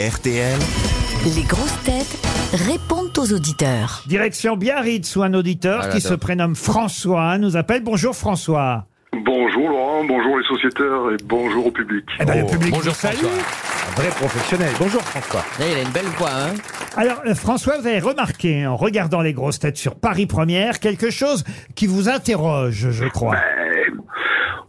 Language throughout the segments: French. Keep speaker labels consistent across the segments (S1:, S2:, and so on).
S1: RTL.
S2: Les grosses têtes répondent aux auditeurs.
S3: Direction Biarritz où un auditeur
S4: Ah,
S3: qui
S4: j'adore.
S3: se prénomme François nous appelle. Bonjour François.
S5: Bonjour Laurent, bonjour les sociétaires et bonjour au public.
S3: Eh ben, le public
S4: Oh, Bonjour
S3: vous salue.
S4: François.
S6: Un vrai professionnel. Bonjour François.
S7: Eh,
S4: Là, il a une belle voix, hein
S3: Alors euh, François, vous avez remarqué en regardant les grosses têtes sur Paris Première quelque chose qui vous interroge, je crois.
S5: Euh,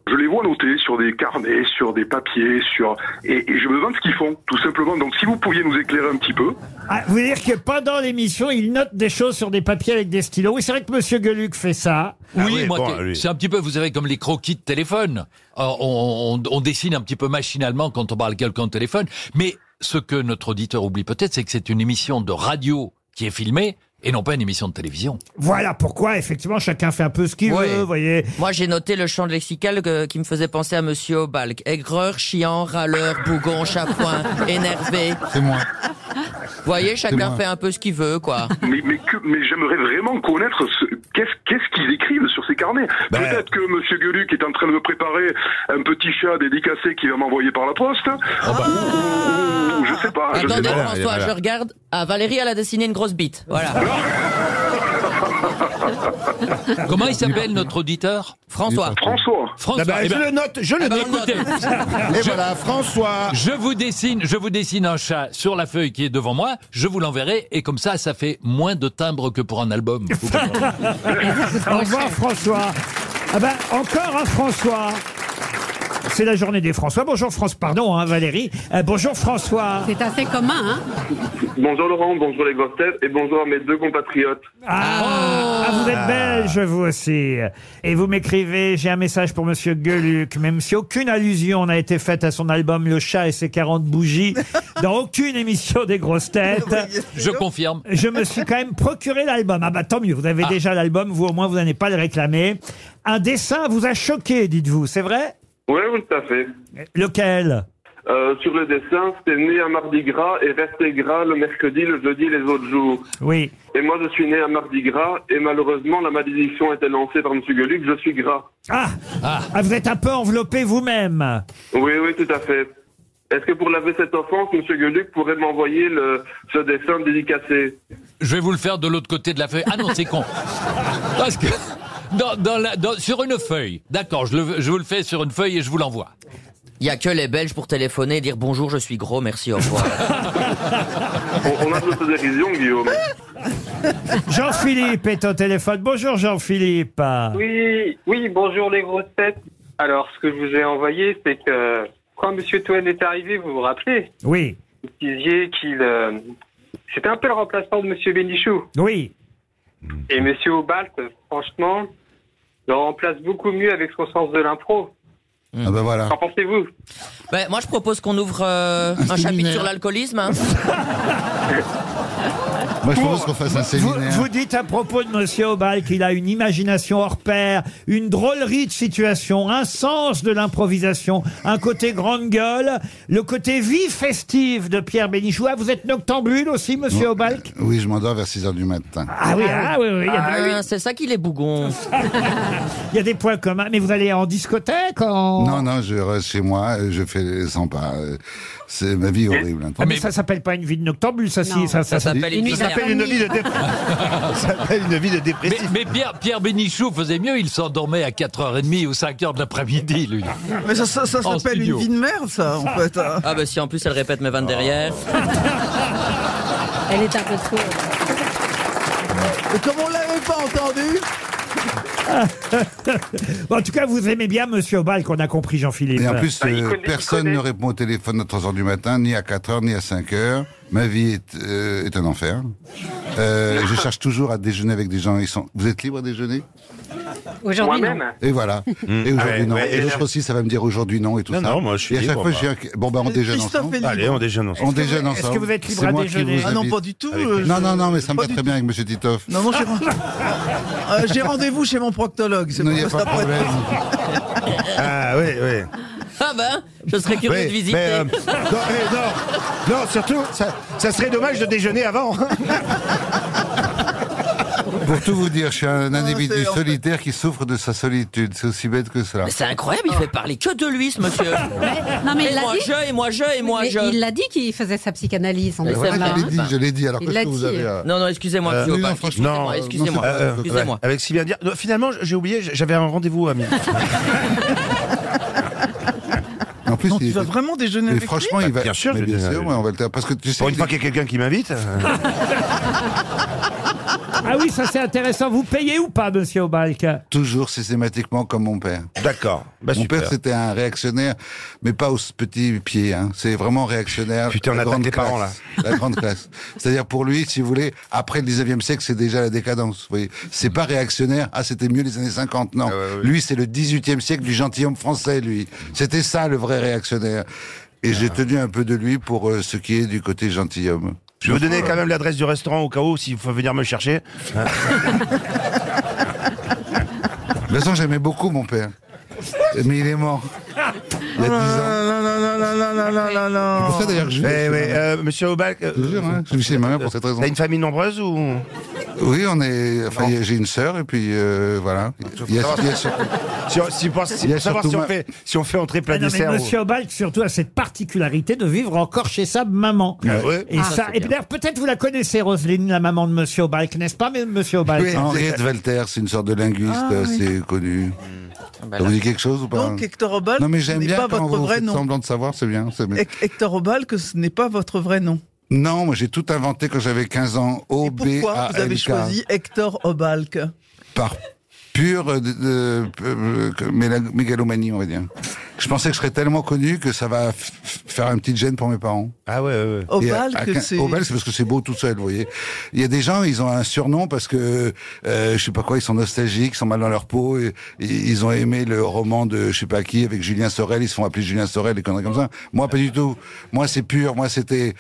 S5: Je les vois noter sur des carnets, sur des papiers, sur et, et je me demande ce qu'ils font, tout simplement. Donc si vous pouviez nous éclairer un petit peu.
S3: Ah, vous voulez dire que pendant l'émission, il note des choses sur des papiers avec des stylos. Oui, c'est vrai que Monsieur Gueluc fait ça.
S8: Oui,
S6: Ah oui,
S8: moi,
S6: bon,
S8: t'es-
S6: lui.
S8: c'est un petit peu, vous savez, comme les croquis de téléphone. Alors, on, on- on dessine un petit peu machinalement quand on parle à quelqu'un au téléphone. Mais ce que notre auditeur oublie peut-être, c'est que c'est une émission de radio qui est filmée et non pas une émission de télévision.
S3: Voilà pourquoi, effectivement, chacun fait un peu ce qu'il
S4: Oui.
S3: veut, vous voyez.
S7: Moi, j'ai noté le champ lexical que- qui me faisait penser à Monsieur Obalk. Aigreur, chiant, râleur, bougon, chapouin, énervé.
S9: C'est moi.
S7: Vous voyez, chacun fait un peu ce qu'il veut, quoi.
S6: Ah,
S5: Mais mais que- mais j'aimerais vraiment connaître ce qu'est-ce qu'est-ce qu'ils écrivent sur ces carnets.
S6: Ben-
S5: Peut-être que Monsieur Gueluc est en train de me préparer un petit chat dédicacé qu'il va m'envoyer par la poste.
S9: Ah
S5: Ou-
S9: ben.
S5: ou- ou- je sais pas. je sais
S6: malin,
S7: Attendez,
S5: pas.
S6: il est
S7: François,
S6: malin. Ah,
S7: je regarde. Ah, Valérie, elle a dessiné une grosse bite. Voilà.
S8: Comment il s'appelle notre auditeur
S7: François.
S5: François.
S8: François.
S6: Ah bah,
S8: Eh
S6: je
S8: ben,
S6: le note, je le
S7: Ah bah,
S6: note.
S7: on note.
S8: écoutez,
S6: Et voilà, François.
S8: je vous dessine, je vous dessine un chat sur la feuille qui est devant moi. Je vous l'enverrai et comme ça, ça fait moins de timbres que pour un album. Vous comprenez
S3: Au revoir François. Ah ben encore un François. C'est la journée des François. Bonjour France, pardon hein, Valérie. Euh, bonjour François.
S10: C'est assez commun, hein
S5: Bonjour Laurent, bonjour les grosses têtes et bonjour à mes deux compatriotes.
S3: Ah, ah, vous êtes belge vous aussi. Et vous m'écrivez, j'ai un message pour monsieur Gueluc, même si aucune allusion n'a été faite à son album Le chat et ses 40 bougies dans aucune émission des grosses têtes.
S8: Je confirme.
S3: je me suis quand même procuré l'album. Ah bah tant mieux, vous avez déjà l'album, vous au moins vous n'allez pas le réclamer. Un dessin vous a choqué, dites-vous, c'est vrai
S5: Oui, tout à fait.
S3: Lequel
S5: Euh, sur le dessin, c'était né à Mardi Gras et resté gras le mercredi, le jeudi, les autres jours.
S3: Oui.
S5: Et moi, je suis né à Mardi Gras et malheureusement, la malédiction était lancée par M. Gueluc, je suis gras.
S3: Ah, Ah, vous êtes un peu enveloppé vous-même.
S5: Oui, oui, tout à fait. Est-ce que pour laver cette offense, M. Gueluc pourrait m'envoyer le, ce dessin dédicacé
S8: Je vais vous le faire de l'autre côté de la feuille. Ah non, c'est con. Parce que dans, dans la- dans- sur une feuille. D'accord, je, le- je vous le fais sur une feuille et je vous l'envoie.
S7: Il y a que les Belges pour téléphoner et dire bonjour, je suis gros, merci, oh. au revoir.
S5: on, on a de l'autodérision, Guillaume.
S3: Jean-Philippe est au téléphone. Bonjour Jean-Philippe.
S11: Oui, oui, bonjour les grosses têtes. Alors, ce que je vous ai envoyé, c'est que quand Monsieur Toen est arrivé, vous vous rappelez,
S3: Oui,
S11: vous disiez qu'il, euh, c'était un peu le remplacement de Monsieur Bénichou.
S3: oui.
S11: Et Monsieur Obalt, franchement, le remplace beaucoup mieux avec son sens de l'impro.
S9: Ah bah voilà.
S11: Qu'en pensez-vous
S7: Ben, moi, je propose qu'on ouvre euh, un chapitre sur l'alcoolisme. hein.
S9: Moi, je pense qu'on fasse un
S3: Vous,
S9: séminaire.
S3: vous dites à propos de Monsieur Obal qu'il a une imagination hors pair, une drôlerie de situation, un sens de l'improvisation, un côté grande gueule, le côté vif festif de Pierre Bénichoua. Vous êtes noctambule aussi, Monsieur Obalk
S9: Oui, je m'endors vers 6 heures du matin.
S3: Ah oui, ah oui, oui, il y a-
S7: Ah, C'est ça qu'il est bougon.
S3: il y, a des points communs. Mais vous allez en discothèque en...
S9: Non, non, je reste chez moi, euh, je fais les 100 pas. euh, C'est ma vie est horrible. hein.
S3: Ah, mais,
S8: Mais-
S3: ça s'appelle pas une vie de noctambule, ça, si,
S10: Non.
S3: ça,
S7: Ça
S3: ça,
S7: s'appelle une
S9: Ça s'appelle une vie de dépressif. Ça s'appelle une vie de
S8: Mais,
S9: dépressif.
S8: mais Pierre, Pierre Bénichou faisait mieux, il s'endormait à 4h30 ou 5h de l'après-midi, lui.
S12: Mais ça, ça- ça
S8: En
S12: s'appelle
S8: studio.
S12: une vie de merde, ça, en fait. hein.
S7: Ah, ben si, en plus, elle répète mes vannes derrière.
S3: Oh.
S10: Elle est un peu trop. euh,
S12: Et comme on l'avait pas entendu,
S3: Bon, en tout cas, vous aimez bien Monsieur Obal, qu'on a compris, Jean-Philippe.
S9: Et en plus,
S5: Ah, il
S9: euh,
S5: connaît- il
S9: personne
S5: connaît.
S9: ne répond au téléphone à 3 heures du matin, ni à 4 heures, ni à 5 heures. Ma vie est, euh, est un enfer. Euh, je cherche toujours à déjeuner avec des gens. Ils sont... Vous êtes libre à déjeuner
S10: Aujourd'hui, non.
S11: Moi-même.
S9: Et voilà. Et aujourd'hui,
S6: Ah ouais,
S9: non.
S6: ouais,
S9: et
S6: et
S9: l'autre
S6: là-
S9: aussi, ça va me dire aujourd'hui, non, et tout
S6: Non,
S9: ça.
S6: non, moi, je suis
S9: Et à chaque
S6: libre,
S9: fois,
S6: moi.
S9: je dis, bon, ben, on déjeune
S12: Christophe
S9: ensemble.
S12: est libre.
S6: Allez, on déjeune ensemble.
S9: On déjeune
S3: est-ce
S9: ensemble.
S3: que vous êtes libre
S9: C'est
S3: à
S9: moi qui
S3: déjeuner
S9: vous
S3: Ah
S12: ah non,
S9: invite.
S12: pas du tout.
S6: Avec
S12: euh,
S9: Non,
S12: je-
S9: non, non, mais ça me
S12: pas
S9: va
S12: du
S9: très bien avec Monsieur Titoff.
S12: Non, non, j'ai Euh, j'ai rendez-vous chez mon proctologue. C'est
S9: Non, il n'y
S12: pour
S9: a
S12: ça
S9: pas de problème.
S6: Ah oui, oui.
S7: Ah ben, je serais curieux
S6: Oui,
S7: de visiter.
S6: mais, euh, non, eh, non, non, surtout, ça, ça serait dommage de déjeuner avant.
S9: Pour tout vous dire, je suis un individu
S7: c'est- en fait-
S9: solitaire qui souffre de sa solitude. C'est aussi bête que cela.
S7: Mais c'est incroyable, il fait parler que de lui, ce monsieur.
S10: Non, mais
S7: et
S10: il l'a
S7: moi
S10: dit.
S7: je, et moi je, et moi
S10: Mais
S7: je.
S10: il l'a dit qu'il faisait sa psychanalyse. en
S9: Mais
S10: disant
S9: voilà,
S10: là,
S9: je l'ai
S10: hein.
S9: dit, je l'ai dit. Alors
S10: Il
S9: qu'est-ce
S10: l'a
S9: que vous
S10: dit. hein.
S9: avez à-
S7: Non, non, excusez-moi,
S9: Euh,
S7: Monsieur
S9: non,
S7: Aubin, excusez-moi,
S9: franchement, non,
S7: excusez-moi,
S9: non, c'est- euh,
S7: excusez-moi.
S12: Avec si bien dire. Non, Finalement, j'ai oublié, j'avais un rendez-vous à midi.
S9: En plus,
S12: Non,
S9: il
S12: tu vas
S9: était-
S12: vraiment déjeuner
S9: Mais
S12: avec
S9: franchement,
S12: lui
S9: il va.
S6: Bah, bien sûr,
S9: mais
S6: je
S9: bien
S6: dis-
S9: sûr, ouais, on va le faire. Parce que tu sais.
S6: Pour une
S9: que-
S6: fois qu'il y a quelqu'un qui m'invite. euh,
S3: Ah oui, ça c'est intéressant. Vous payez ou pas, monsieur Obalk
S9: Toujours systématiquement comme mon père.
S6: D'accord. Bah,
S9: mon
S6: super.
S9: père, c'était un réactionnaire, mais pas aux petits pieds. Hein. C'est vraiment réactionnaire.
S6: Putain, on
S9: La
S6: attaque
S9: grande
S6: les parents,
S9: classe. La grande classe. C'est-à-dire pour lui, si vous voulez, après le 19e siècle, c'est déjà la décadence. Vous voyez, c'est pas réactionnaire. Ah, c'était mieux les années 50. Non,
S6: Ah ouais, ouais.
S9: lui, c'est le 18e siècle du gentilhomme français. Lui, c'était ça le vrai réactionnaire. Et j'ai tenu un peu de lui pour euh, ce qui est du côté gentilhomme.
S6: Je vais vous donner quand même l'adresse du restaurant au cas où s'il faut venir me chercher.
S9: De toute façon, j'aimais beaucoup mon père, mais il est mort. Il y a 10 ans.
S12: Ah, Non, non, non, non, non, non, non, non, non.
S9: C'est pour ça, d'ailleurs, que je
S12: Eh
S9: vais chez
S12: ouais,
S9: ma mère.
S12: euh, Monsieur Aubac, euh,
S9: Je vous jure, hein, je suis chez ma mère pour cette raison.
S12: t'as une famille nombreuse ou
S9: Oui, on est. Enfin,
S12: Non.
S9: y a- j'ai une sœur et puis euh, voilà. Il y a, il y a sur-
S12: si on, si, pour- si-
S9: Il y a
S12: pour savoir
S9: surtout
S12: si on
S9: ma-
S12: fait si on fait entrer plein
S3: Ah non, mais
S12: dessert.
S3: Monsieur Obal, surtout, a cette particularité de vivre encore chez sa maman.
S6: ouais.
S3: Et
S7: Ah,
S3: ça,
S7: c'est
S3: et
S7: bien.
S3: d'ailleurs, peut-être vous la connaissez, Roselyne, la maman de Monsieur Obal, n'est-ce pas, mais Monsieur Obal
S6: Oui.
S9: Henriette Walter, c'est une sorte de linguiste assez connue. Ça vous dit quelque chose ou pas
S12: Hector Obal,
S9: euh, Non, mais j'aime bien quand vous faites semblant de savoir, c'est bien. c'est bien.
S12: Hector Obal, que ce n'est pas votre vrai nom.
S9: Non, moi j'ai tout inventé quand j'avais 15 ans. O B A L K.
S12: Hector Obalk
S9: Par pure euh, de- de- euh, que- méla- mégalomanie, on va dire. Je pensais que je serais tellement connu que ça va f- f- faire une petite gêne pour mes parents.
S6: Ah ouais, ouais. ouais.
S9: Et à- à quin- Obal, c'est parce que c'est beau tout seul, vous voyez. Il y a des gens, ils ont un surnom parce que, euh, je sais pas quoi, ils sont nostalgiques, ils sont mal dans leur peau, et, et ils ont aimé le roman de je sais pas qui avec Julien Sorel, ils se font appeler Julien Sorel, et conneries comme ça. hein. Moi, pas du tout. Moi, c'est pur. Moi, c'était.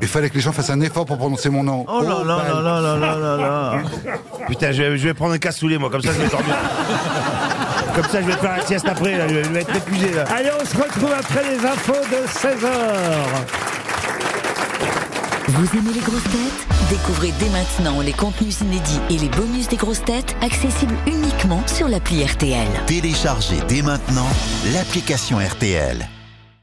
S9: Il fallait que les gens fassent un effort pour prononcer mon nom.
S12: Oh là là
S9: Obal.
S12: là là là là là là.
S6: Putain, je vais, je vais prendre un cassoulet, moi, comme ça, je vais dormir. comme ça, je vais faire la sieste après, là. Je vais je vais être épuisé, là.
S3: Allez, on se retrouve après les infos de 16h.
S2: Vous aimez les grosses têtes Découvrez dès maintenant les contenus inédits et les bonus des grosses têtes accessibles uniquement sur l'appli RTL.
S1: Téléchargez dès maintenant l'application RTL.